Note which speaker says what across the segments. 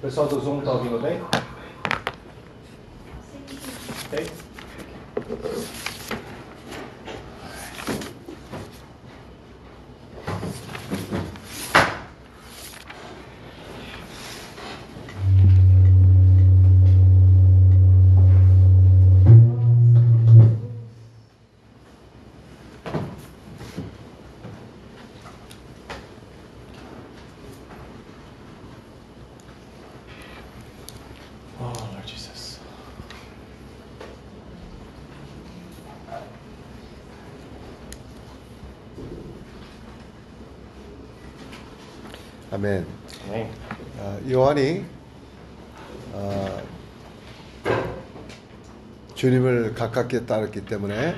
Speaker 1: pessoal do Zoom tá ouvindo bem? Ok? Oh, Lord Jesus.
Speaker 2: 아멘.
Speaker 1: Amém.
Speaker 2: 아, 요한이 아, 주님을 가깝게 따랐기 때문에 아,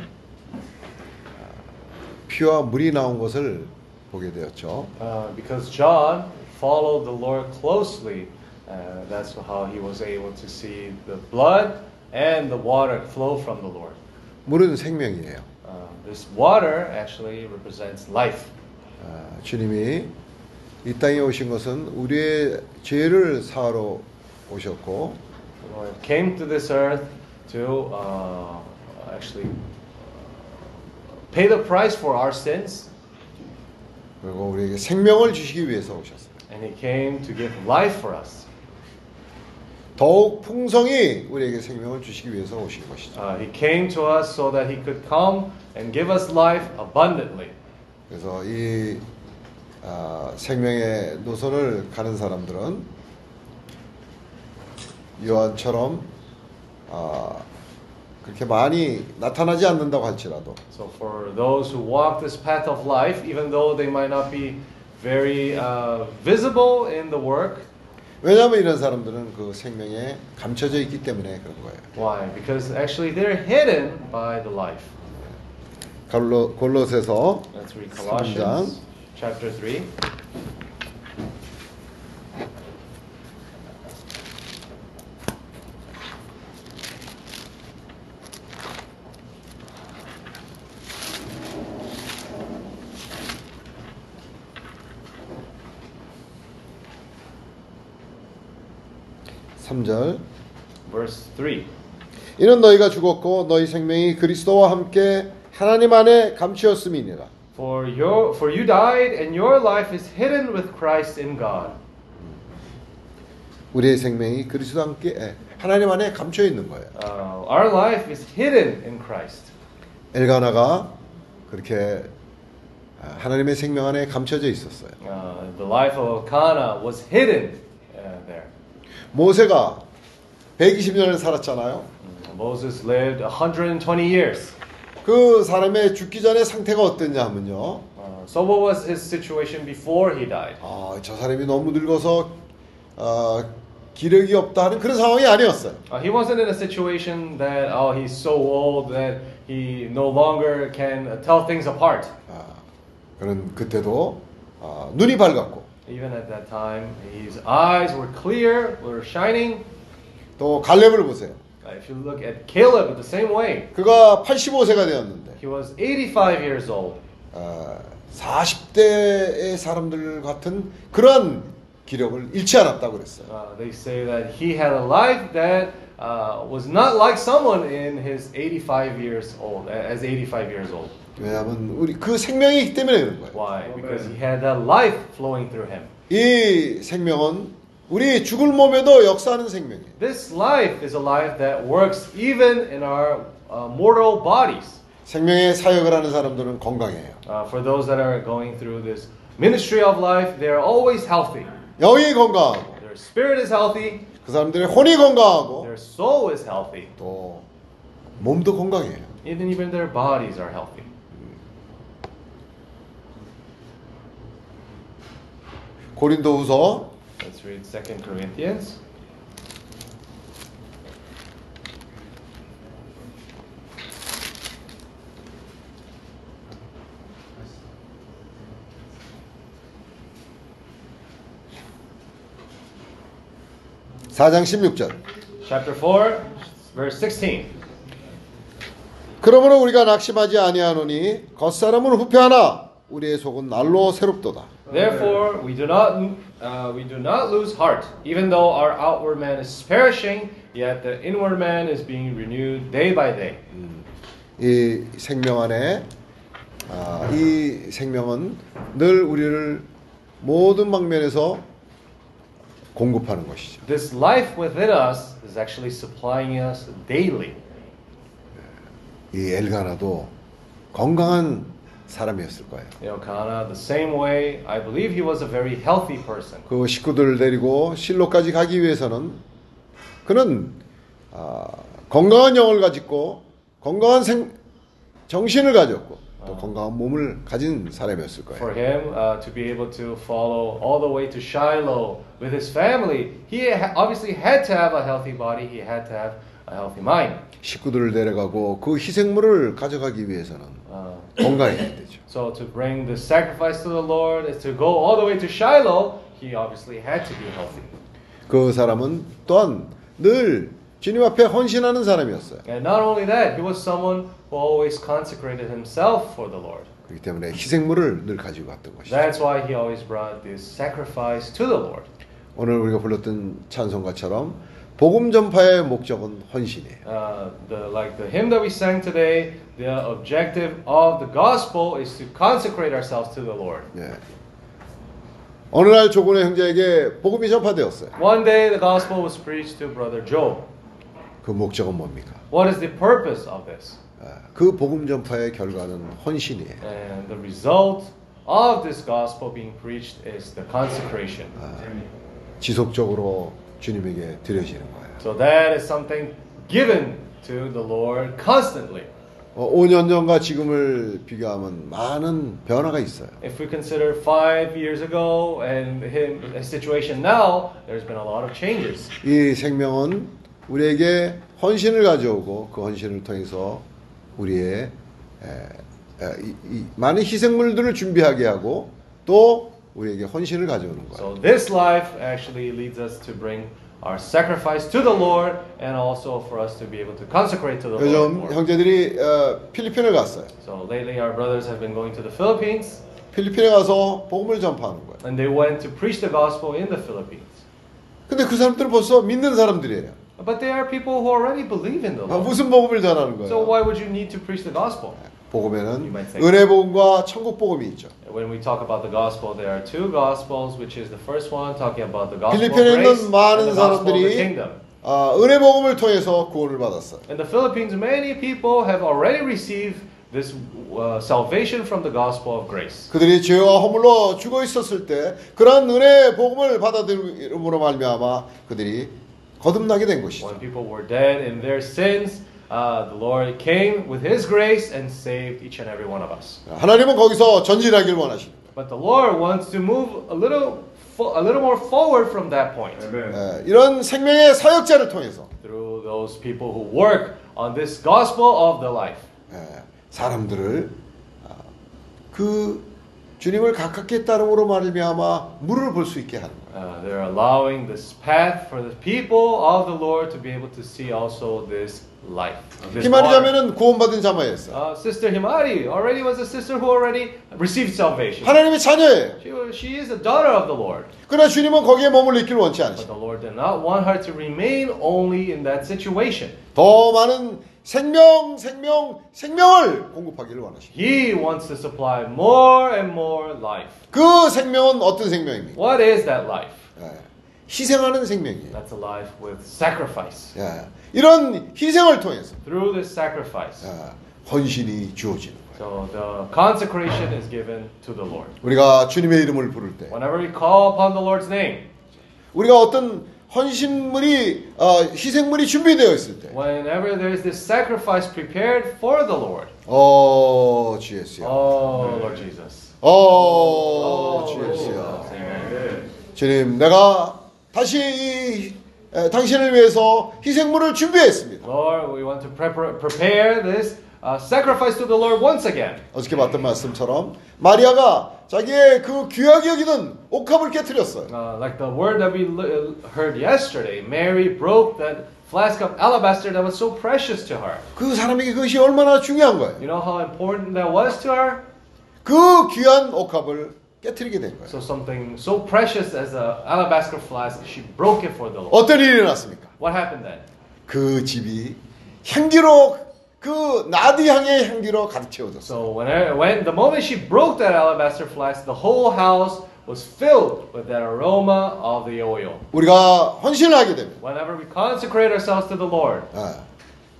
Speaker 2: 피와 물이 나온 것을 보게 되었죠.
Speaker 1: Uh, because John followed the Lord closely, uh, that's how he was able to see the blood and the water flow from the Lord.
Speaker 2: 물은 생명이에요.
Speaker 1: Uh, this water actually represents life.
Speaker 2: 아, 주님이 이 땅에 오신 것은 우리의 죄를 사하러 오셨고
Speaker 1: The Lord came to this earth to uh, actually uh, pay the price for our sins,
Speaker 2: 그리고 우리에게 생명을 주시기 위해서 오셨어요.
Speaker 1: and He came to give life for us.
Speaker 2: 더욱 풍성히 우리에게 생명을 주시기 위해서 오신 것이죠.
Speaker 1: Uh, he came to us so that He could come and give us life abundantly.
Speaker 2: 그래서 이 아, 생명의 노선을 가는 사람들은 요한처럼 아, 그렇게 많이 나타나지 않는다고 할지라도
Speaker 1: So, for those who walk this path of life, even though they might not be very uh, visible in the work,
Speaker 2: 왜냐하면 이런 사람들은 그 생명에 감춰져 있기 때문에 그런 거예요.
Speaker 1: why? Because actually they're hidden by the life.
Speaker 2: 갈로, 골로새서
Speaker 1: Let's read Colossians
Speaker 2: Colossians.
Speaker 1: chapter 3.
Speaker 2: 삼절
Speaker 1: Verse 3.
Speaker 2: 이는 너희가 죽었고 너희 생명이 그리스도와 함께 하나님 안에 감추었음이니라.
Speaker 1: For your for you died and your life is hidden with Christ in God.
Speaker 2: 우리의 생명이 그리스도와 함께 예, 하나님 안에 감춰 있는 거예요.
Speaker 1: Uh, our life is hidden in Christ.
Speaker 2: 엘가나가 그렇게 아, 하나님의 생명 안에 감춰져 있었어요.
Speaker 1: Uh, the life of Elkanah was hidden uh, there.
Speaker 2: 모세가 120년을 살았잖아요.
Speaker 1: Mm, Moses lived 120 years.
Speaker 2: 그 사람의 죽기 전에 상태가 어땠냐 하면요.
Speaker 1: Uh, so what was his situation before he died?
Speaker 2: 아, 저 사람이 너무 늙어서 아, 기력이 없다 하는 그런 상황이 아니었어요.
Speaker 1: Uh, he wasn't in a situation that oh he's so old that he no longer can uh, tell things apart.
Speaker 2: 아, 그런 그때도 아, 눈이 밝았고
Speaker 1: Even at that time, his eyes were clear, were shining.
Speaker 2: 또 갈렙을 보세요.
Speaker 1: Uh, if you look at Caleb, the same way.
Speaker 2: 그가 85세가 되었는데
Speaker 1: He was 85 years old.
Speaker 2: 아, 40대의 사람들 같은 그런 기력을 잃지 않았다고 그랬어요.
Speaker 1: Uh, they say that he had a life that uh, was not like someone in his 85 years old, as 85 years old.
Speaker 2: 왜냐하면 우리 그 생명이기 때문에 그런 거예요.
Speaker 1: Why? Because he had that life flowing through him.
Speaker 2: 이 생명은 우리 죽을 몸에도 역사하는 생명이에요.
Speaker 1: This life is a life that works even in our uh, mortal bodies.
Speaker 2: 생명의 사역을 하는 사람들은 건강해요.
Speaker 1: Uh, for those that are going through this ministry of life, they are always healthy.
Speaker 2: 영이 건강하고
Speaker 1: Their spirit is healthy,
Speaker 2: 그 사람들의 혼이 건강하고
Speaker 1: their soul is healthy,
Speaker 2: 또 몸도 건강해요.
Speaker 1: and even their bodies are healthy.
Speaker 2: 고린도후서
Speaker 1: Let's read 2 Corinthians.
Speaker 2: 4장 16절.
Speaker 1: Chapter 4, verse 16.
Speaker 2: 그러므로 우리가 낙심하지 아니하노니 겉사람은 후패하나 우리의 속은 날로 새롭도다.
Speaker 1: Therefore, we do not uh, we do not lose heart, even though our outward man is perishing, yet the inward man is being renewed day by day.
Speaker 2: 이 생명 안에 아, 이 생명은 늘 우리를 모든 방면에서 공급하는 것이죠.
Speaker 1: This life within us is actually supplying us daily.
Speaker 2: 이 엘가나도 건강한 사람이었을 거예요.
Speaker 1: You know, Kana, the same way, I believe he was a very healthy person.
Speaker 2: 그 식구들을 데리고 실로까지 가기 위해서는 그는 아, 건강한 영을 가졌고 건강한 생, 정신을 가졌고 또 건강한 몸을 가진 사람이었을
Speaker 1: For
Speaker 2: 거예요.
Speaker 1: him uh, to be able to follow all the way to Shiloh with his family, he ha- obviously had to have a healthy body, he had to have a healthy mind.
Speaker 2: 식구들을 데려가고 그 희생물을 가져가기 위해서는
Speaker 1: Uh,
Speaker 2: 건강해야 되죠.
Speaker 1: so to bring the sacrifice to the Lord is to go all the way to Shiloh, he obviously had to be healthy.
Speaker 2: 그 사람은 또한 늘 주님 앞에 헌신하는 사람이었어요.
Speaker 1: And not only that, he was someone who always consecrated himself for the Lord.
Speaker 2: 그렇기 때문에 희생물을 늘 가지고 갔던 것이죠.
Speaker 1: That's why he always brought this sacrifice to the Lord.
Speaker 2: 오늘 우리가 불렀던 찬송가처럼 복음 전파의 목적은 헌신이에요.
Speaker 1: Uh, the, like the hymn that we sang today, the objective of the gospel is to consecrate ourselves to the Lord.
Speaker 2: 예. 어느 날 조근의 형제에게 복음이 전파되었어요.
Speaker 1: One day the gospel was preached to Brother Job.
Speaker 2: 그 목적은 뭡니까?
Speaker 1: What is the purpose of this?
Speaker 2: 아, 그 복음 전파의 결과는 헌신이에요.
Speaker 1: And the result of this gospel being preached is the consecration.
Speaker 2: 지속적으로 주님에게 드려지는 거예요.
Speaker 1: So that is something given to the Lord constantly.
Speaker 2: 어, 5년 전과 지금을 비교하면 많은 변화가 있어요.
Speaker 1: If we consider five years ago and him, his situation now, there's been a lot of changes.
Speaker 2: 이 생명은 우리에게 헌신을 가져오고 그 헌신을 통해서 우리의 에, 에, 이, 이 많은 희생물들을 준비하게 하고 또 우리에게 헌신을 가져오는 거예요.
Speaker 1: So this life actually leads us to bring our sacrifice to the Lord and also for us to be able to consecrate to the Lord.
Speaker 2: 요즘
Speaker 1: more.
Speaker 2: 형제들이 어, 필리핀을 갔어요.
Speaker 1: So lately our brothers have been going to the Philippines
Speaker 2: 필리핀에 가서 복음을 전파하는 거예요.
Speaker 1: and they went to preach the gospel in the Philippines.
Speaker 2: 근데 그 사람들은 벌써 믿는 사람들이에요.
Speaker 1: But they are people who already believe in the
Speaker 2: 아,
Speaker 1: Lord.
Speaker 2: 무슨 복음을 전하는
Speaker 1: So
Speaker 2: 거예요?
Speaker 1: why would you need to preach the gospel?
Speaker 2: 복음에는 은혜 복음과 천국 복음이 있죠.
Speaker 1: When we talk about the gospel, there are two gospels, which is the first one talking about the gospel of grace
Speaker 2: 필리핀에 있는
Speaker 1: and
Speaker 2: 많은
Speaker 1: the gospel of the
Speaker 2: 사람들이
Speaker 1: kingdom.
Speaker 2: 아, 은혜 복음을 통해서 구원을 받았어요.
Speaker 1: In the Philippines, many people have already received this uh, salvation from the gospel of grace.
Speaker 2: 그들이 죄와 허물로 죽어 있었을 때 그러한 은혜의 복음을 받아들임으로 말미암아 그들이 거듭나게 된
Speaker 1: When
Speaker 2: 것이죠.
Speaker 1: people were dead in their sins, uh, the Lord came with His grace and saved each and every one of us.
Speaker 2: 하나님은 거기서 전진하길 원하십니다.
Speaker 1: But the Lord wants to move a little, fo- a little more forward from that point
Speaker 2: 예, 이런 생명의 사역자를 통해서
Speaker 1: through those people who work on this gospel of the life.
Speaker 2: 예, 사람들을 아, 그 주님을 가깝게 따름으로 말미암아 물을 볼 수 있게 하는 거예요.
Speaker 1: Uh, they're allowing this path for the people of the Lord to be able to see also this life. this water.
Speaker 2: 히마리자매는 구원받은 자마였어요.
Speaker 1: Uh, sister Himari already was a sister who already received salvation.
Speaker 2: 하나님의 자녀예요.
Speaker 1: She, was, she is a daughter of the Lord.
Speaker 2: 그러나 주님은 거기에 몸을 있길 원치
Speaker 1: But
Speaker 2: 않으십니다.
Speaker 1: the Lord did not want her to remain only in that situation.
Speaker 2: 더 많은 생명, 생명, 생명을 공급하기를 원하십니다.
Speaker 1: He wants to supply more and more life.
Speaker 2: 그 생명은 어떤 생명입니까?
Speaker 1: What is that life?
Speaker 2: 예, 희생하는 생명이에요.
Speaker 1: That's a life with sacrifice.
Speaker 2: 예, 이런 희생을 통해서
Speaker 1: Through this sacrifice.
Speaker 2: 예, 헌신이 주어지는 거예요.
Speaker 1: So the consecration is given to the Lord.
Speaker 2: 우리가 주님의 이름을 부를 때
Speaker 1: Whenever we call upon the Lord's name,
Speaker 2: 우리가 어떤 헌신물이 어, 희생물이 준비되어 있을 때
Speaker 1: whenever there is this sacrifice prepared for the Lord.
Speaker 2: 어, 주 예수여
Speaker 1: Oh, Lord Jesus.
Speaker 2: 어, 주 예수여 주님 내가 다시 이, 에, 당신을 위해서 희생물을 준비했습니다.
Speaker 1: Lord, we want to prepare, prepare this uh, sacrifice to the Lord once again.
Speaker 2: 어저께 봤던 말씀처럼 마리아가 자기의 그 귀하게 여기는 옥합을 깨뜨렸어요.
Speaker 1: Uh, like the word that we l- uh, heard yesterday, Mary broke that flask of alabaster that was so precious to her.
Speaker 2: 그 사람에게 그것이 얼마나 중요한 거예요.
Speaker 1: You know how important that was to her?
Speaker 2: 그 귀한 옥합을 깨뜨리게 된 거예요.
Speaker 1: So something so precious as a alabaster flask, she broke it for the Lord.
Speaker 2: 어떤 일이 일어났습니까?
Speaker 1: What happened then?
Speaker 2: 그 집이 향기로 그 나디 향의 향기로 가득 채워졌어.
Speaker 1: So when, I, when the moment she broke that alabaster flask, the whole house was filled with that aroma of the oil.
Speaker 2: 우리가 헌신을 하게 되면,
Speaker 1: Whenever we consecrate ourselves to the Lord,
Speaker 2: 아,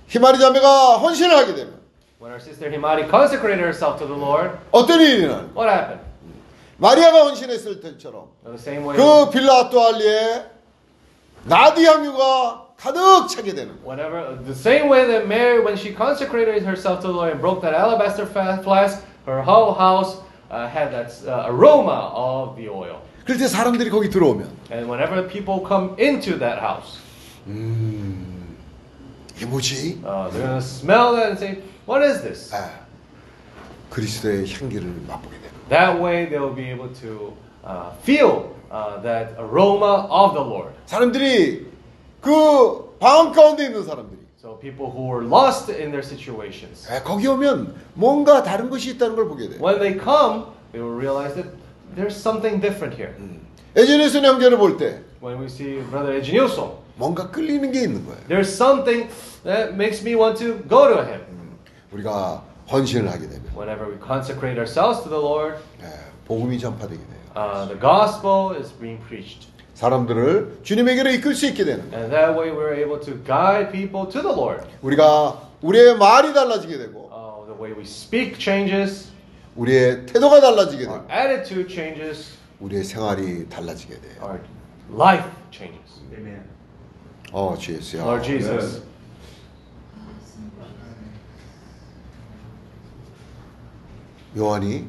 Speaker 2: 히마리 자매가 헌신을 하게 되면
Speaker 1: when our sister Himari consecrated herself to the Lord,
Speaker 2: 어떤 일이 일어나는?
Speaker 1: what happened?
Speaker 2: 마리아가 헌신했을 때처럼
Speaker 1: In the same way,
Speaker 2: 그 빌라토 알리에 나디 향유가 가득 차게 되는 거예요.
Speaker 1: whenever the same way that Mary, when she consecrated herself to the Lord and broke that alabaster fa- flask, her whole house uh, had that uh, aroma of the oil.
Speaker 2: 그럴 때 사람들이 거기 들어오면
Speaker 1: And whenever people come into that house,
Speaker 2: 음, 이게 뭐지?
Speaker 1: uh, they're gonna smell that and say, "What is this?"
Speaker 2: 아, 그리스도의 향기를 맛보게 되는 거예요.
Speaker 1: That way, they will be able to uh, feel uh, that aroma of the Lord.
Speaker 2: 사람들이 그 방 가운데 있는 사람들이
Speaker 1: So people who were lost in their situations,
Speaker 2: 에, 거기 오면 뭔가 다른 것이 있다는 걸 보게 돼요.
Speaker 1: when they come, they will realize that there's something different here.
Speaker 2: 에지니스 형제를 볼 때
Speaker 1: When we see Brother Ejinyoso,
Speaker 2: 뭔가 끌리는 게 있는 거예요.
Speaker 1: there's something that makes me want to go to him.
Speaker 2: 우리가 헌신을 하게 되면
Speaker 1: Whenever we consecrate ourselves to the Lord,
Speaker 2: 예, 복음이 전파되게 돼요.
Speaker 1: uh, the gospel is being preached.
Speaker 2: 사람들을 주님에게로 이끌 수 있게 되는 거예요.
Speaker 1: And that way we're able to guide people to the Lord.
Speaker 2: 우리가 우리의 말이 달라지게 되고
Speaker 1: Uh, the way we speak changes,
Speaker 2: 우리의 태도가 달라지게
Speaker 1: our
Speaker 2: 되고
Speaker 1: attitude changes,
Speaker 2: 우리의 생활이 달라지게 돼요.
Speaker 1: our life changes.
Speaker 3: Amen.
Speaker 2: 어, 주 예수야.
Speaker 1: Lord Jesus.
Speaker 2: 요한이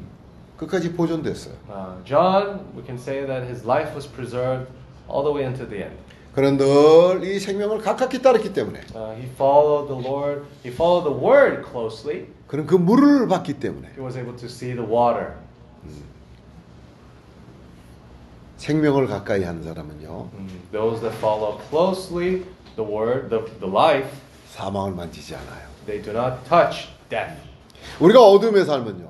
Speaker 2: 끝까지 보존됐어요.
Speaker 1: Uh, John, we can say that his life was preserved all the way until the end.
Speaker 2: 그는 늘 이 생명을 가깝게 따랐기 때문에
Speaker 1: Uh, he followed the Lord, he followed the word closely.
Speaker 2: 그는 그 물을 봤기 때문에
Speaker 1: He was able to see the water.
Speaker 2: 생명을 가까이 하는 사람은요
Speaker 1: Mm, Those that follow closely the word, the, the life,
Speaker 2: 사망을 만지지 않아요.
Speaker 1: they do not touch death.
Speaker 2: 우리가 어둠에 살면요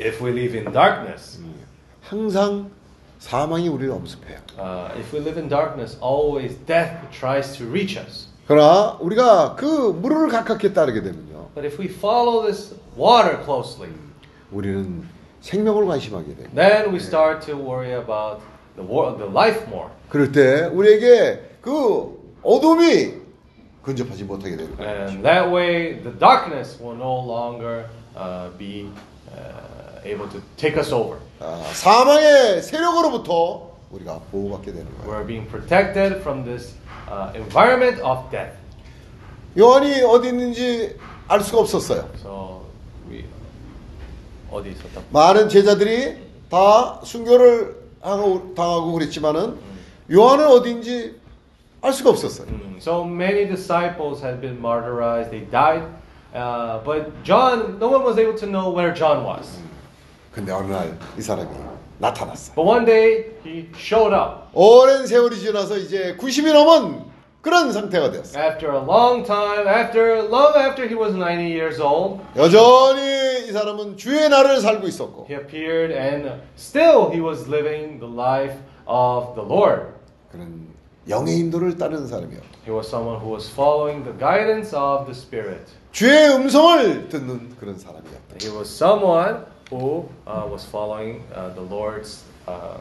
Speaker 1: If we live in darkness,
Speaker 2: 항상 사망이 우리를 엄습해요.
Speaker 1: uh, if we live in darkness, always death tries to reach us.
Speaker 2: 그러나 우리가 그 물을 가깝게 따르게 되면요
Speaker 1: But if we follow this water closely,
Speaker 2: 우리는 생명을 관심하게 돼요.
Speaker 1: then we start to worry about the, war, the life more.
Speaker 2: 그럴 때 우리에게 그 어둠이 근접하지 못하게 되는 거예요.
Speaker 1: And that way, the darkness will no longer uh, be uh, able to take us over.
Speaker 2: 아, 사망의 세력으로부터 우리가 보호받게 되는 거예요.
Speaker 1: We're being protected from this uh, environment of death.
Speaker 2: 요한이 어디 있는지 알 수가 없었어요.
Speaker 1: So we 어디 있었다?
Speaker 2: 많은 제자들이 다 순교를 하고- 당하고 그랬지만은 요한은 어디인지 알 수가 없었어요.
Speaker 1: Mm, So many disciples had been martyrized; they died. Uh, but John, no one was able to know where John was.
Speaker 2: 근데 어느 날 이 사람이 나타났어요.
Speaker 1: But one day he showed up.
Speaker 2: 오랜 세월이 지나서 이제 90이 넘은 그런 상태가 되었어요.
Speaker 1: After a long time, after long after he was 90 years old,
Speaker 2: 여전히 이 사람은 주의 날을 살고 있었고
Speaker 1: he appeared and still he was living the life of the Lord.
Speaker 2: 그런 영의 인도를 따르는 사람이었고
Speaker 1: He was someone who was following the guidance of the Spirit.
Speaker 2: 주의 음성을 듣는 그런 사람이었다.
Speaker 1: He was someone who uh, was following uh, the Lord's uh,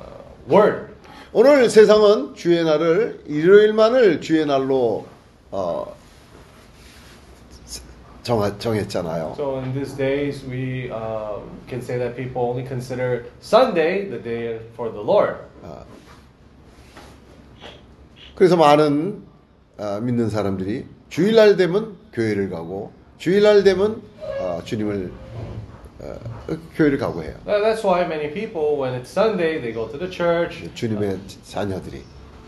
Speaker 1: word.
Speaker 2: 오늘 세상은 주의 날을 일요일만을 주의 날로 어, 정하, 정했잖아요.
Speaker 1: So in these days, we uh, can say that people only consider Sunday the day for the Lord.
Speaker 2: 아, 그래서 많은 아, 믿는 사람들이 주일날 되면 교회를 가고 주일날 되면 아, 주님을 어, 교회를 가고 해요.
Speaker 1: Uh, That's why many people, when it's Sunday, they go to the church.
Speaker 2: 주님의 자녀들이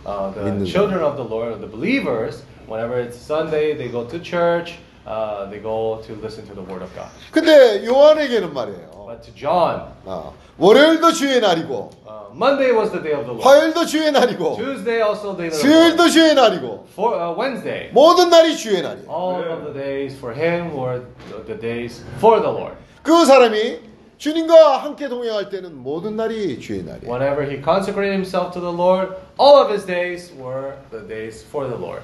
Speaker 1: Uh, the
Speaker 2: 믿는
Speaker 1: children of the Lord, the believers, whenever it's Sunday, they go to church. Uh, they go to listen to the Word of God.
Speaker 2: 근데 요한에게는 말이에요.
Speaker 1: But to John,
Speaker 2: 아, 월요일도 주의 날이고
Speaker 1: uh, Monday was the day of the Lord.
Speaker 2: 화요일도 주의 날이고
Speaker 1: Tuesday also day of the Lord.
Speaker 2: 수요일도 주의 날이고
Speaker 1: For, uh, Wednesday,
Speaker 2: 모든 날이 주의 날이에요.
Speaker 1: All of the days for him were the days for the Lord.
Speaker 2: 그 사람이 주님과 함께 동행할 때는 모든 날이 주의 날이에요.
Speaker 1: Whenever he consecrated himself to the Lord, all of his days were the days for the Lord.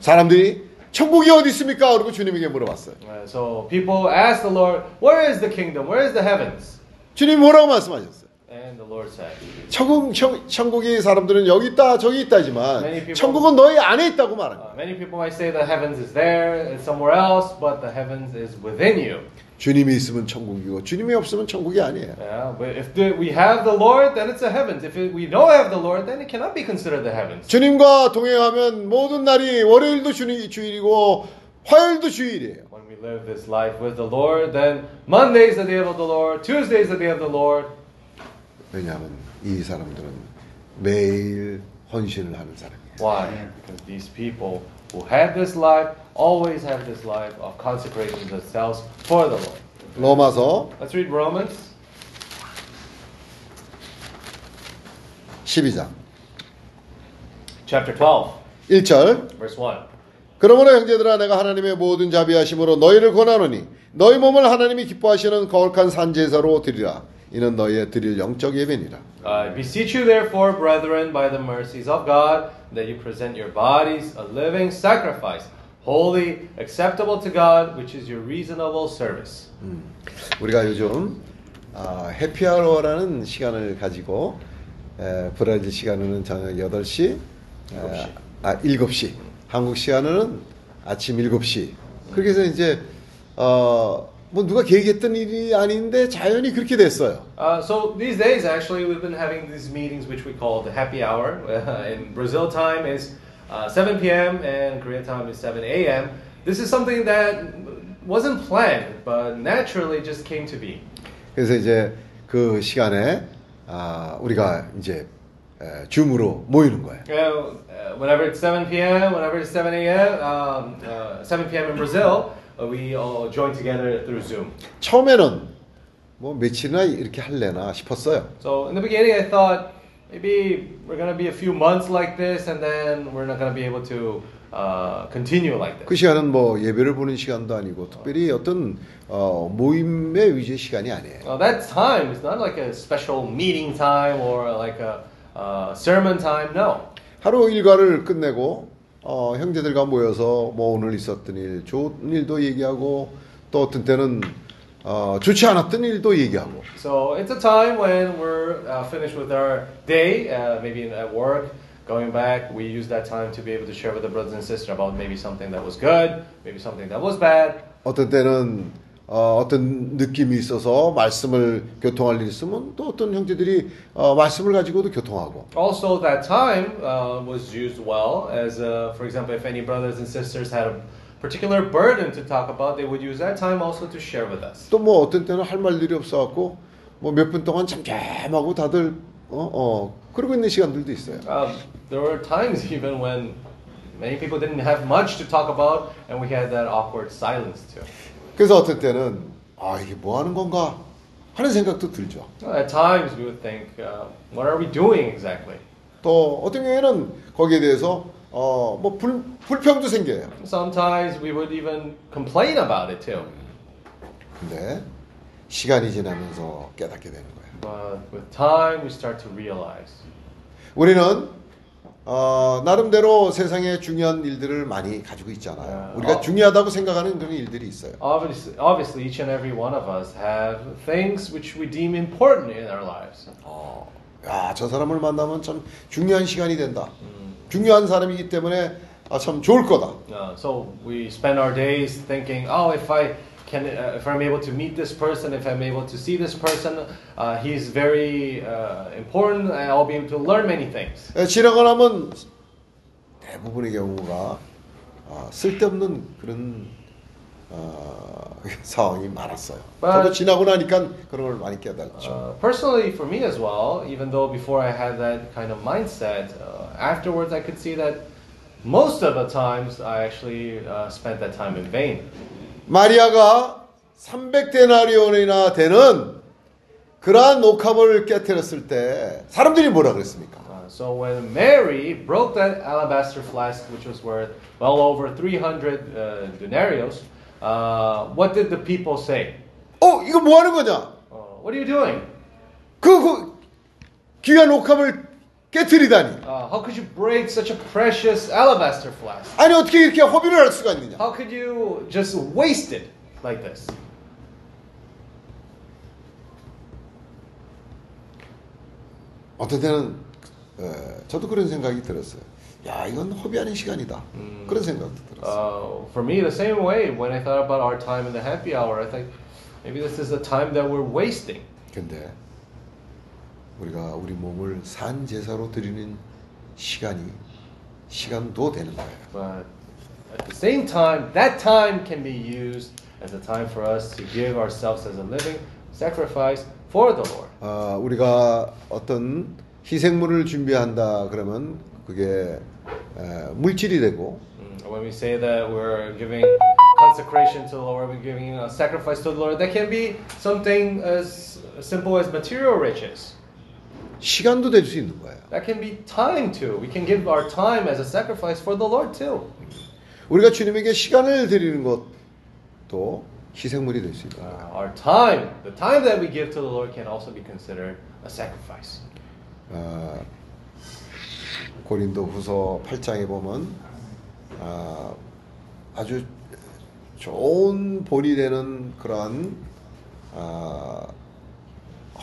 Speaker 2: 사람들이 천국이 어디 있습니까? 그러고 주님에게 물어봤어요.
Speaker 1: Uh, so people asked the Lord, Where is the kingdom? Where is the heavens?
Speaker 2: 주님 뭐라고 말씀하셨어요?
Speaker 1: And the Lord said,
Speaker 2: 천국, 천, 천국이 사람들은 여기 있다 저기 있다지만 천국은 너희 안에 있다고 말합니다.
Speaker 1: uh, Many people might say the heavens is there, it's somewhere else, but the heavens is within you.
Speaker 2: 주님이 있으면 천국이고 주님이 없으면 천국이 아니에요.
Speaker 1: Yeah, but if the, we have the Lord, then it's the heavens. If it, we don't have the Lord, then it cannot be considered the heavens.
Speaker 2: 주님과 동행하면 모든 날이 월요일도 주님 주일이고 화요일도 주일이에요.
Speaker 1: When we live this life with the Lord, then Monday is the day of the Lord, Tuesday is the day of the Lord.
Speaker 2: 왜냐하면 이 사람들은 매일 헌신을 하는 사람이에요.
Speaker 1: Why? Because these people who had this life always have this life of consecrating themselves for the Lord.
Speaker 2: 로마서
Speaker 1: Let's read Romans
Speaker 2: 12장
Speaker 1: chapter 12,
Speaker 2: 1절
Speaker 1: verse 1.
Speaker 2: 그러므로 형제들아 내가 하나님의 모든 자비하심으로 너희를 권하노니 너희 몸을 하나님이 기뻐하시는 거룩한 산제사로 드리라 이는 너희의 드릴 영적 예배니라
Speaker 1: I beseech you, therefore, brethren, by the mercies of God, that you present your bodies a living sacrifice, holy, acceptable to God, which is your reasonable service.
Speaker 2: 우리가 요즘 아, 해피아워라는 시간을 가지고 에, 브라질 시간으로는 저녁 8시
Speaker 1: 일곱 시.
Speaker 2: 에, 아 7시 한국 시간으로는 아침 7시 그렇게 해서 이제 어, 뭐 누가 계획했던 일이 아닌데 자연히 그렇게 됐어요
Speaker 1: Uh, so these days, actually, we've been having these meetings, which we call the happy hour. In Brazil time is uh, 7 p.m. and Korea time is 7 a.m. This is something that wasn't planned, but naturally just came to be.
Speaker 2: 그래서 이제 그 시간에 아, 우리가 이제 에, 줌으로 모이는 거예요.
Speaker 1: You know, uh, whenever it's 7 p.m., whenever it's 7 a.m., um, uh, 7 p.m. in Brazil, uh, we all join together through Zoom.
Speaker 2: 처음에는 뭐 며칠이나 이렇게 할래나 싶었어요.
Speaker 1: So in the beginning, I thought maybe we're gonna be a few months like this, and then we're not gonna be able to uh, continue like this.
Speaker 2: 그 시간은 뭐 예배를 보는 시간도 아니고 특별히 어떤 어, 모임의 위주의 시간이 아니에요.
Speaker 1: Now that time is not like a special meeting time or like a uh, sermon time. No.
Speaker 2: 하루 일과를 끝내고 어, 형제들과 모여서 뭐 오늘 있었던 일, 좋은 일도 얘기하고 또 어떤 때는 어, 좋지 않았던 일도 얘기하고
Speaker 1: So it's a time when we're uh, finished with our day, uh, maybe at work, going back. We use that time to be able to share with the brothers and sisters about maybe something that was good, maybe something that was bad.
Speaker 2: 어떤 때는 어, 떤 느낌이 있어서 말씀을 교통할 일이 있으면 또 어떤 형제들이 어, 말씀을 가지고도 교통하고
Speaker 1: Also, that time uh, was used well as, uh, for example, if any brothers and sisters had a particular burden to talk about, they would use that time also to share with us.
Speaker 2: 또 뭐 어떤 때는 할 말 일이 없어갖고 뭐 몇 분 동안 잠잠하고 다들 어, 어, 그러고 있는 시간들도 있어요.
Speaker 1: Um, there were times even when many people didn't have much to talk about, and we had that awkward silence too.
Speaker 2: 그래서 어떤 때는 아 이게 뭐 하는 건가 하는 생각도 들죠.
Speaker 1: At times, we would think, uh, what are we doing exactly?
Speaker 2: 또 어떤 경우에는 거기에 대해서 어, 뭐 불, 불평도 생겨요.
Speaker 1: Sometimes we would even complain about it too.
Speaker 2: 근데 시간이 지나면서 깨닫게 되는 거예요.
Speaker 1: But with time, we start to realize
Speaker 2: 우리는 어, 나름대로 세상에 중요한 일들을 많이 가지고 있잖아요.
Speaker 1: 아,
Speaker 2: 우리가
Speaker 1: 아.
Speaker 2: 중요하다고 생각하는 그런 일들이 있어요.
Speaker 1: obviously, obviously, each and every one of us have things which we deem important in our lives.
Speaker 2: 어, 야, 저 사람을 만나면 참 중요한 시간이 된다.
Speaker 1: 음.
Speaker 2: 중요한 사람이기 때문에 아, 참 좋을 거다.
Speaker 1: Uh, so we spend our days thinking, oh, if I can, uh, if I'm able to meet this person, if I'm able to see this person, uh, he's very uh, important, and I'll be able to learn many things.
Speaker 2: 예, 지나고 나면 대부분의 경우가 아, 쓸데없는 그런 어, 상황이 많았어요. 저도
Speaker 1: 아.
Speaker 2: 지나고 나니까 그런 걸 많이 깨달았죠.
Speaker 1: Uh, personally, for me as well, even though before I had that kind of mindset, uh, afterwards I could see that most of the times I actually uh, spent that time in vain.
Speaker 2: 마리아가 300데나리온이나 되는 그러한 옥합을 깨뜨렸을 때 사람들이 뭐라 그랬습니까?
Speaker 1: Uh, so when Mary broke that alabaster flask, which was worth well over 300 uh, denarios, uh, what did the people say?
Speaker 2: 어, 이거 뭐 하는 거냐?
Speaker 1: Uh, What are you doing?
Speaker 2: 그, 그 귀한 옥합을 깨뜨리다니.
Speaker 1: Uh, how could you break such a precious alabaster flask?
Speaker 2: 아니 어떻게 이렇게 허비를 할 수가 있느냐?
Speaker 1: How could you just waste it like this?
Speaker 2: 어떤 때는 에, 저도 그런 생각이 들었어요. 야 이건 허비하는 시간이다. 그런 생각도 들었어요.
Speaker 1: Uh, for me, the same way. When I thought about our time in the happy hour, I think maybe this is the time that we're wasting.
Speaker 2: 근데 우리가 우리 몸을 산 제사로 드리는 시간이 시간도 되는 거예요.
Speaker 1: But at the same time, that time can be used as a time for us to give ourselves as a living sacrifice for the Lord.
Speaker 2: 아, 우리가 어떤 희생물을 준비한다 그러면 그게 에, 물질이 되고
Speaker 1: Mm, When we say that we're giving consecration to the Lord, we're giving a sacrifice to the Lord, that can be something as simple as material riches.
Speaker 2: 시간도 될 수 있는 거예요.
Speaker 1: That can be time too. We can give our time as a sacrifice for the Lord too.
Speaker 2: 우리가 주님에게 시간을 드리는 것도 희생물이 될 수 있다.
Speaker 1: Uh, our time, the time that we give to the Lord, can also be considered a sacrifice.
Speaker 2: 아, 고린도 후서 8장에 보면 아, 아주 좋은 본이 되는 그러한 아,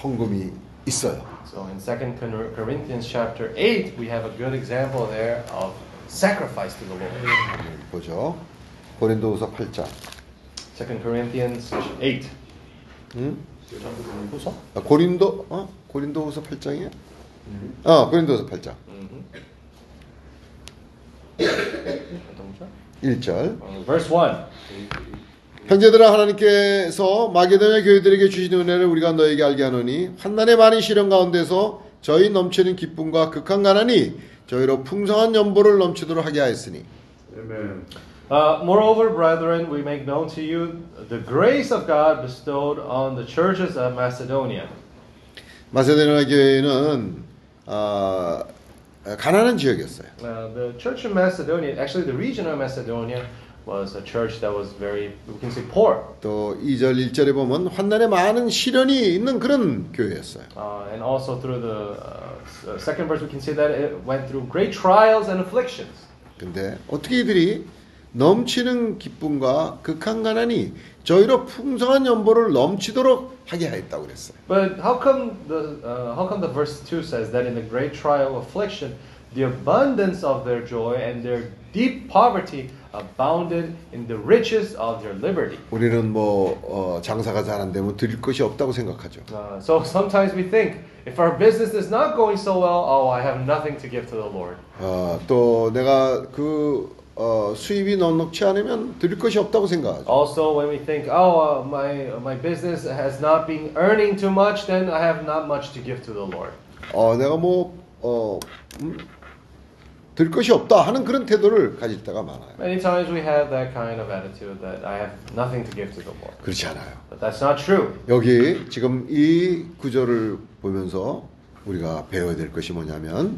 Speaker 2: 헌금이 있어요.
Speaker 1: So in 2 Cor- Corinthians chapter 8, we have a good example there of sacrifice to the Lord.
Speaker 2: 한번 보죠. 고린도 후서 8장.
Speaker 1: 2 Corinthians 8.
Speaker 2: 응? 아, 고린도 어? 고린도 후서 8장이야? 어, 고린도 후서 8장. 1절.
Speaker 1: Uh, Verse 1.
Speaker 2: 형제들아 하나님께서 마게도냐 교회들에게 주신 은혜를 우리가 너에게 알게 하노니 환난의 많은 시련 가운데서 저희 넘치는 기쁨과 극한 가난이 저희로 풍성한 연보를 넘치도록 하게 하였으니
Speaker 3: Amen.
Speaker 1: Uh, Moreover, brethren, we make known to you the grace of God bestowed on the churches of Macedonia.
Speaker 2: 마세도냐 교회는 아, 가난한 지역이었어요.
Speaker 1: Uh, the church of Macedonia, actually, the region of Macedonia was a church that was very, we can say, poor.
Speaker 2: 또 2절 1절에 보면 환난의 많은 시련이 있는 그런 교회였어요.
Speaker 1: Uh, and also through the uh, s- uh, second verse, we can see that it went through great trials and afflictions.
Speaker 2: 근데 어떻게 이들이 넘치는 기쁨과 극한 가난이 저희로 풍성한 연보를 넘치도록 하게 하였다고 그랬어요.
Speaker 1: But how come the uh, how come the verse two says that in the great trial of affliction, the abundance of their joy and their deep poverty abounded in the riches of their liberty.
Speaker 2: 우리는 뭐 어, 장사가 잘 안 되면 드릴 것이 없다고 생각하죠.
Speaker 1: Uh, so sometimes we think if our business is not going so well, oh, I have nothing to give to the Lord.
Speaker 2: 어, 또 내가 그 어, 수입이 넉넉치 않으면 드릴 것이 없다고 생각하죠.
Speaker 1: Also, when we think, oh, uh, my my business has not been earning too much, then I have not much to give to the Lord.
Speaker 2: 어, 내가 뭐 어, 음, 드릴 것이 없다 하는 그런 태도를 가질 때가 많아요.
Speaker 1: Many times we have that kind of attitude that I have nothing to give to the Lord.
Speaker 2: 그렇지 않아요.
Speaker 1: But that's not true.
Speaker 2: 여기 지금 이 구절을 보면서 우리가 배워야 될 것이 뭐냐면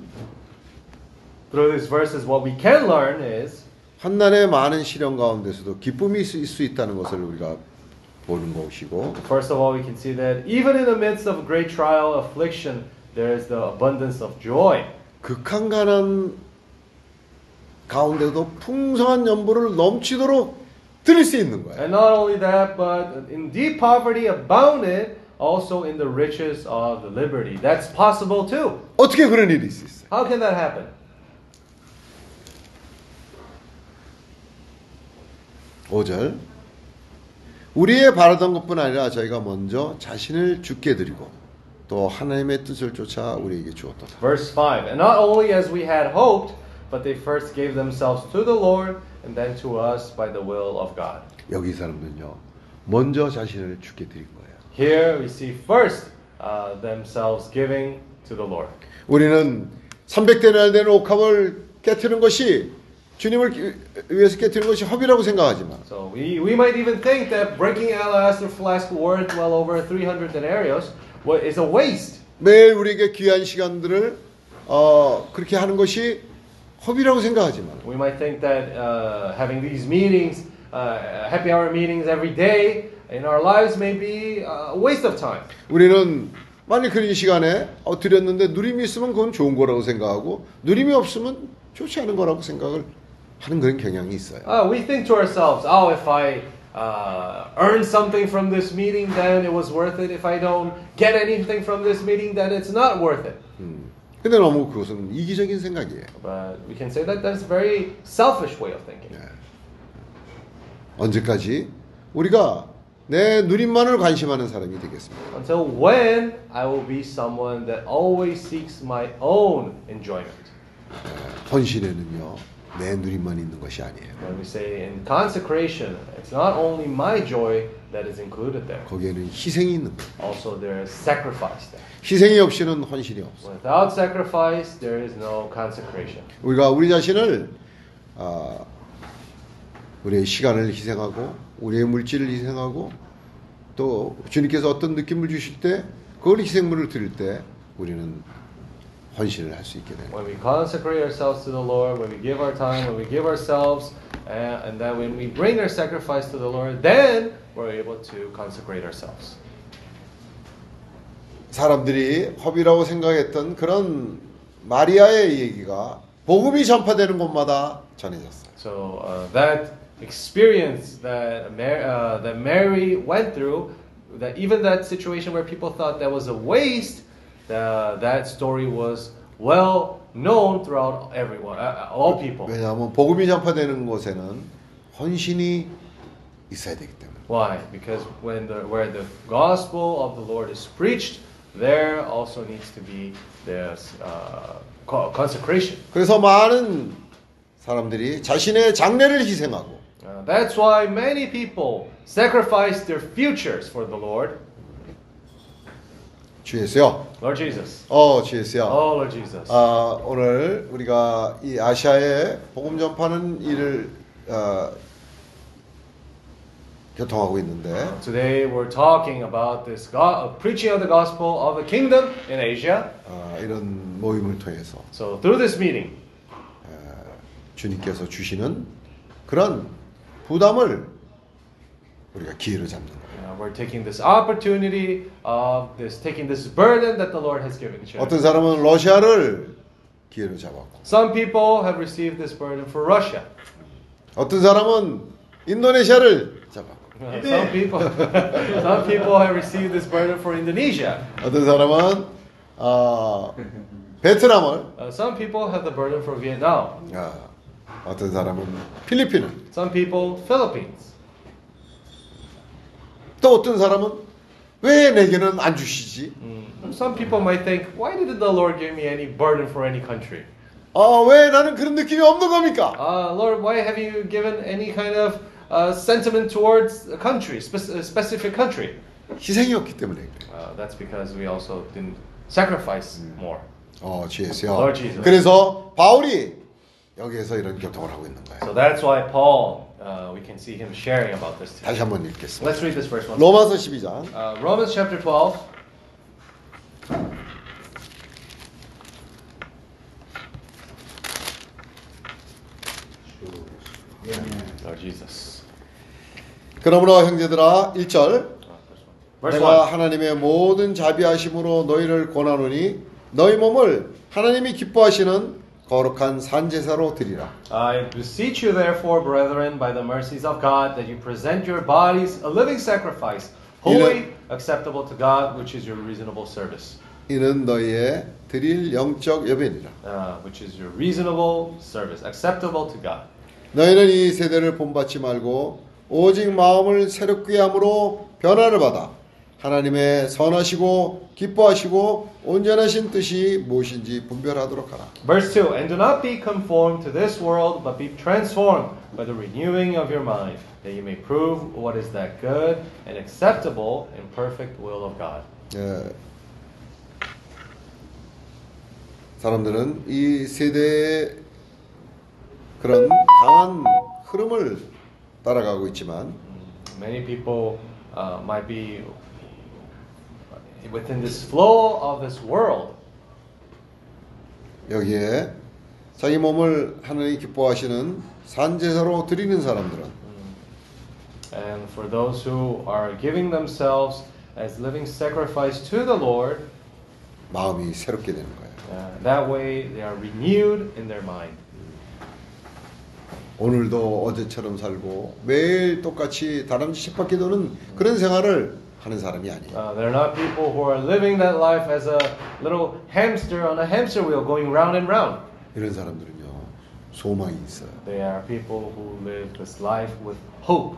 Speaker 1: Through these verses, what we can learn is
Speaker 2: 환난의 많은 시련 가운데서도 기쁨이 있을 수 있다는 것을 우리가 보는 것이고
Speaker 1: First of all, we can see that even in the midst of great trial, affliction, there is the abundance of joy.
Speaker 2: 극한 가난 가운데도 풍성한 연보를 넘치도록 드릴 수 있는 거예요.
Speaker 1: And not only that, but in deep poverty abounded also in the riches of the liberty. That's possible too.
Speaker 2: 어떻게 그런 일이 있을 수 있어요?
Speaker 1: How can that happen?
Speaker 2: 오절 우리의 바라던 것뿐 아니라 저희가 먼저 자신을 죽게 드리고 또 하나님의 뜻을 쫓아 우리에게 주었도다.
Speaker 1: Verse 5 And not only as we had hoped, but they first gave themselves to the Lord and then to us by the will of God.
Speaker 2: 여기 이 사람들은요. 먼저 자신을 죽게 드린 거예요.
Speaker 1: Here we see first uh, themselves giving to the Lord.
Speaker 2: 우리는 300대나 되는 옥합을 깨트는 것이 주님을 기- 위해서 깨트는 것이 허비라고 생각하지만
Speaker 1: So we, we might even think that breaking alabaster flask worth well over 300 denarios wa- is a waste.
Speaker 2: 매일 우리에게 귀한 시간들을 어, 그렇게 하는 것이 허비라고 생각하지만
Speaker 1: We might think that uh, having these uh, meetings, uh, happy hour meetings every day, in our lives may be uh, a waste of time.
Speaker 2: 우리는 만일 그런 시간에 어, 드렸는데 누림이 있으면 그건 좋은 거라고 생각하고 누림이 없으면 좋지 않은 거라고 생각을 하는 그런 경향이 있어요.
Speaker 1: Uh, we think to ourselves, oh, if I uh, earn something from this meeting, then it was worth it. If I don't get anything from this meeting, then it's not worth it.
Speaker 2: 근데 너무 그것은 이기적인 생각이에요.
Speaker 1: But we can say that that's a very selfish way of thinking.
Speaker 2: 언제까지 우리가 내 누림만을 관심하는 사람이 되겠습니까?
Speaker 1: Until when I will be someone that always seeks my own enjoyment.
Speaker 2: 헌신에는요 내 누림만 있는 것이 아니에요.
Speaker 1: When we say in consecration, it's not only my joy that is included there,
Speaker 2: 거기에는 희생이 있는 거예요.
Speaker 1: also there is sacrifice there.
Speaker 2: 희생이 없이는 헌신이 없어. 요
Speaker 1: Without sacrifice, there is no consecration.
Speaker 2: 우리가 우리 자신을 아, 우리의 시간을 희생하고 우리의 물질을 희생하고 또 주님께서 어떤 느낌을 주실 때 그걸 희생물을 드릴 때 우리는 헌신을 할 수 있게 되는 거예요.
Speaker 1: When we consecrate ourselves to the Lord, when we give our time, when we give ourselves, uh, and then when we bring our sacrifice to the Lord, then we're able to consecrate ourselves.
Speaker 2: 사람들이 허비라고 생각했던 그런 마리아의 얘기가 복음이 전파되는 곳마다 전해졌어요.
Speaker 1: So uh, that experience that Mary, uh, that Mary went through, that even that situation where people thought that was a waste, uh, that story was well known throughout everyone, uh, uh, all people.
Speaker 2: 왜냐하면 복음이 전파되는 곳에는 헌신이 있어야 되기 때문에.
Speaker 1: Why? Because when the where the gospel of the Lord is preached, there also needs to be this uh, co- consecration.
Speaker 2: 그래서 많은 사람들이 자신의 장래를 희생하고
Speaker 1: Uh, that's why many people sacrifice their futures for the Lord.
Speaker 2: 주예수요.
Speaker 1: Lord Jesus.
Speaker 2: 어, 주예수요.
Speaker 1: Oh Lord Jesus.
Speaker 2: 아, 오늘 우리가 이 아시아에 복음 전파하는 일을 아, 교통하고 있는데
Speaker 1: Today we're talking about this go- uh, preaching of the gospel of the kingdom in Asia.
Speaker 2: 아, 이런 모임을 통해서
Speaker 1: So through this meeting,
Speaker 2: 주님께서 주시는 그런 부담을 우리가 기회로 잡는 거예요.
Speaker 1: uh, we're taking this opportunity of this taking this burden that the Lord has given to us.
Speaker 2: 예. 어떤 사람은 러시아를 기회로 잡았고,
Speaker 1: Some people have received this burden for Russia.
Speaker 2: 어떤 사람은 인도네시아를 잡았고,
Speaker 1: Uh, Some people, some people have received this burden for Indonesia.
Speaker 2: 어떤 사람은 아, 베트남을,
Speaker 1: Uh, some people have the burden for Vietnam.
Speaker 2: 아, 어떤 사람은 필리핀을,
Speaker 1: Some people Philippines.
Speaker 2: 또 어떤 사람은 왜 내게는 안 주시지?
Speaker 1: Some people might think, why didn't the Lord give me any burden for any country?
Speaker 2: 아, 왜 나는 그런 느낌이 없는 겁니까?
Speaker 1: Uh, Lord, why have you given any kind of uh, sentiment towards a country, spec- a specific country?
Speaker 2: 희생이었기 때문에 그래요.
Speaker 1: Uh, that's because we also didn't sacrifice more.
Speaker 2: 어,
Speaker 1: Lord Jesus.
Speaker 2: 주예수요. 그래서 바울이 여기에서 이런 교통을 하고 있는 거예요.
Speaker 1: So that's why Paul, uh, we can see him sharing about this. Today.
Speaker 2: 다시 한번 읽겠습니다.
Speaker 1: Let's read this verse once.
Speaker 2: 로마서 12장
Speaker 1: Uh, Romans chapter 12. Lord Jesus.
Speaker 2: 그러므로 형제들아 1절
Speaker 1: Verse
Speaker 2: 내가
Speaker 1: 1.
Speaker 2: 하나님의 모든 자비하심으로 너희를 권하노니 너희 몸을 하나님이 기뻐하시는 거룩한 산제사로 드리라
Speaker 1: I beseech you, therefore, brethren, by the mercies of God, that you present your bodies a living sacrifice, holy, acceptable to God, which is your reasonable service.
Speaker 2: 이는 너희의 드릴 영적 예배니라
Speaker 1: Uh, which is your reasonable service, acceptable to God.
Speaker 2: 너희는 이 세대를 본받지 말고 오직 마음을 새롭게 함으로 변화를 받아 하나님의 선하시고 기뻐하시고 온전하신 뜻이 무엇인지 분별하도록 하라
Speaker 1: Verse 2 And do not be conformed to this world, but be transformed by the renewing of your mind, that you may prove what is that good and acceptable and perfect will of God.
Speaker 2: 예. 사람들은 이 세대의 그런 강한 흐름을 따라가고 있지만
Speaker 1: Many people uh, might be within this flow of this world.
Speaker 2: 여기에 자기 몸을 하나님 기뻐하시는 산제사로 드리는 사람들은
Speaker 1: And for those who are giving themselves as living sacrifice to the Lord,
Speaker 2: 마음이 새롭게 되는 거예요.
Speaker 1: uh, that way they are renewed in their mind.
Speaker 2: 오늘도 어제처럼 살고 매일 똑같이 다람쥐 십바퀴 도는 그런 생활을 하는 사람이 아니에요.
Speaker 1: Uh, they're not people who are living that life as a little hamster on a hamster wheel going round and round.
Speaker 2: 이런 사람들은요 소망이 있어요.
Speaker 1: They are people who live this life with hope,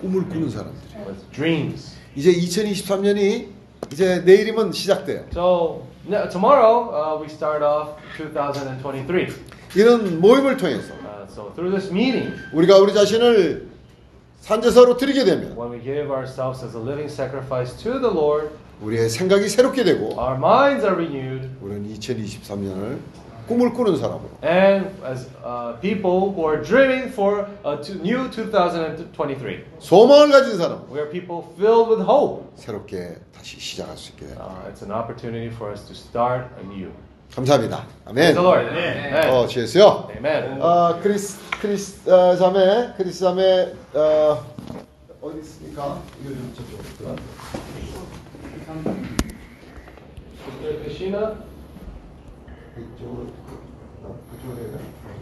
Speaker 2: 꿈을 꾸는 사람들이.
Speaker 1: with dreams.
Speaker 2: 이제 2023년이 이제 내일이면 시작돼요.
Speaker 1: So no, tomorrow uh, we start off 2023.
Speaker 2: 이런 모임을 통해서
Speaker 1: Uh, so through this meeting,
Speaker 2: 우리가 우리 자신을 산제사로 드리게 되면
Speaker 1: when we give ourselves as a living sacrifice to the Lord,
Speaker 2: 우리의 생각이 새롭게 되고
Speaker 1: our minds are renewed,
Speaker 2: 우리는 2023년을 꿈을 꾸는 사람으로
Speaker 1: and as uh, people who are dreaming for a t- new 2023,
Speaker 2: 소망을 가진 사람
Speaker 1: we are people filled with hope.
Speaker 2: 새롭게 다시 시작할 수 있게 됩니다.
Speaker 1: Uh, it's an opportunity for us to start anew.
Speaker 2: 감사합니다.
Speaker 1: Praise
Speaker 2: 아멘.
Speaker 1: the Lord.
Speaker 3: Amen.
Speaker 1: Amen.
Speaker 2: 어, 주였어요.
Speaker 1: Amen.
Speaker 2: 아, 크리스 크리스 아, 자매, 크리스 자매 어, 어디 있습니까? 이거 좀 저쪽.
Speaker 1: Sister Kashina.
Speaker 2: 아, 그쪽으로 어, 그쪽으로 해야 되나?